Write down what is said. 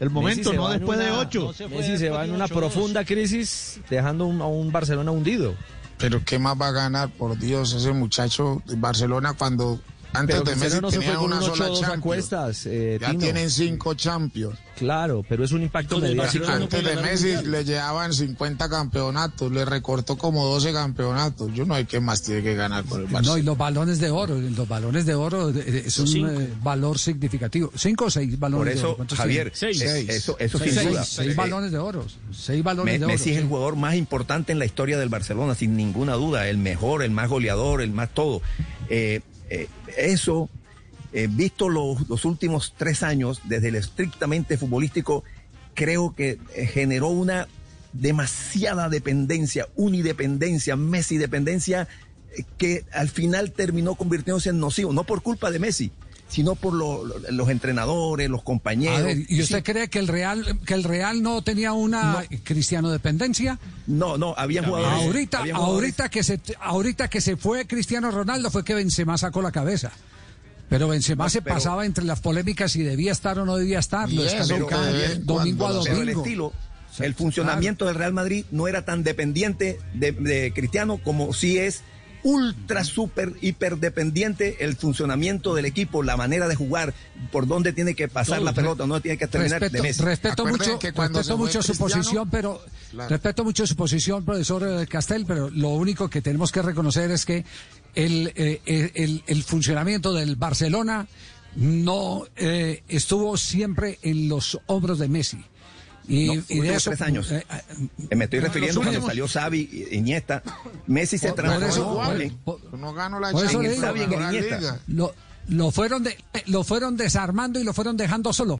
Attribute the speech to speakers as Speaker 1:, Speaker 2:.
Speaker 1: El momento,
Speaker 2: Messi se
Speaker 1: no
Speaker 2: va en
Speaker 1: después de
Speaker 2: una-
Speaker 1: 8.
Speaker 2: Messi se va en una profunda crisis, dejando un- a un Barcelona hundido.
Speaker 3: Pero qué más va a ganar, por Dios, ese muchacho de Barcelona cuando antes
Speaker 2: Pero
Speaker 3: de
Speaker 2: Cristiano
Speaker 3: Messi
Speaker 2: no se fue
Speaker 3: tenía
Speaker 2: con un
Speaker 3: una sola
Speaker 2: 8-2 a
Speaker 3: Champions.
Speaker 2: cuestas, eh,
Speaker 3: ya
Speaker 2: Tino.
Speaker 3: tienen cinco Champions.
Speaker 2: Claro, pero es un impacto
Speaker 4: Con el
Speaker 2: mediático.
Speaker 4: Barcelona no
Speaker 3: antes
Speaker 4: puede
Speaker 3: de
Speaker 4: ganar
Speaker 3: Messi
Speaker 4: mundial.
Speaker 3: le llevaban 50 campeonatos, le recortó como 12 campeonatos. Yo no sé qué más tiene que ganar por el
Speaker 5: No, y
Speaker 3: Barcelona.
Speaker 5: los balones de oro, los balones de oro eh, es un eh, valor significativo. Cinco o seis balones
Speaker 6: Por
Speaker 5: de oro.
Speaker 6: eso,
Speaker 5: ¿Cuántos
Speaker 6: Javier,
Speaker 5: tiene?
Speaker 4: Seis.
Speaker 6: eh,
Speaker 3: Seis.
Speaker 6: eso, eso
Speaker 5: Seis,
Speaker 6: sin
Speaker 5: seis,
Speaker 6: duda.
Speaker 5: seis
Speaker 6: Eh,
Speaker 5: balones de oro. Seis balones
Speaker 6: Me-
Speaker 5: de oro.
Speaker 6: Messi es el
Speaker 5: sí.
Speaker 6: jugador más importante en la historia del Barcelona, sin ninguna duda, el mejor, el más goleador, el más todo. Eh, eh, eso, eh, visto los, los últimos tres años, desde el estrictamente futbolístico, creo que eh, generó una demasiada dependencia, unidependencia, Messi dependencia, eh, que al final terminó convirtiéndose en nocivo, no por culpa de Messi, sino por lo- lo- los entrenadores, los compañeros.
Speaker 5: A ver, ¿y usted
Speaker 6: Sí.
Speaker 5: cree que el Real que el Real no tenía una cristiano dependencia?
Speaker 6: No, no, eh, había jugadores.
Speaker 5: Ahorita,
Speaker 6: había jugadores-
Speaker 5: ahorita que se ahorita que se fue Cristiano Ronaldo fue que Benzema sacó la cabeza. Pero Benzema
Speaker 6: No,
Speaker 5: se
Speaker 6: pero-
Speaker 5: pasaba entre las polémicas si debía estar o no debía estar,
Speaker 3: Y
Speaker 5: lo
Speaker 3: eso,
Speaker 5: descalificaban
Speaker 3: pero, eh,
Speaker 5: domingo a
Speaker 3: cuando-
Speaker 5: domingo.
Speaker 6: Pero el estilo,
Speaker 5: Sí,
Speaker 6: el funcionamiento del Real Madrid no era tan dependiente de, de Cristiano como si es ultra, super, hiper dependiente el funcionamiento del equipo, la manera de jugar, por dónde tiene que pasar
Speaker 5: Todo,
Speaker 6: la
Speaker 5: re-
Speaker 6: pelota, no tiene que terminar
Speaker 5: respeto,
Speaker 6: de Messi.
Speaker 5: respeto
Speaker 3: Acuérdense
Speaker 5: mucho,
Speaker 3: que cuando
Speaker 5: respeto
Speaker 3: se fue
Speaker 5: mucho su
Speaker 3: Cristiano-
Speaker 5: posición, pero
Speaker 3: Claro.
Speaker 5: respeto mucho su posición, profesor eh, Castel, pero lo único que tenemos que reconocer es que el, eh, eh, el, el funcionamiento del Barcelona no eh, estuvo siempre en los hombros de Messi. Y,
Speaker 6: No,
Speaker 5: y
Speaker 6: últimos tres años.
Speaker 5: eh, eh,
Speaker 6: Eh, Me estoy
Speaker 3: No,
Speaker 6: refiriendo
Speaker 3: los
Speaker 6: cuando
Speaker 3: últimos-
Speaker 6: salió Xavi, eh, Iniesta, Messi se
Speaker 5: por
Speaker 6: transformó
Speaker 5: eso-
Speaker 6: en-
Speaker 5: por- por-
Speaker 3: No ganó la
Speaker 5: por eso
Speaker 3: Champions,
Speaker 5: le
Speaker 3: no
Speaker 5: digo,
Speaker 3: ganó la
Speaker 6: Iniesta.
Speaker 3: Liga.
Speaker 5: lo, lo fueron de- lo fueron desarmando y lo fueron dejando solo.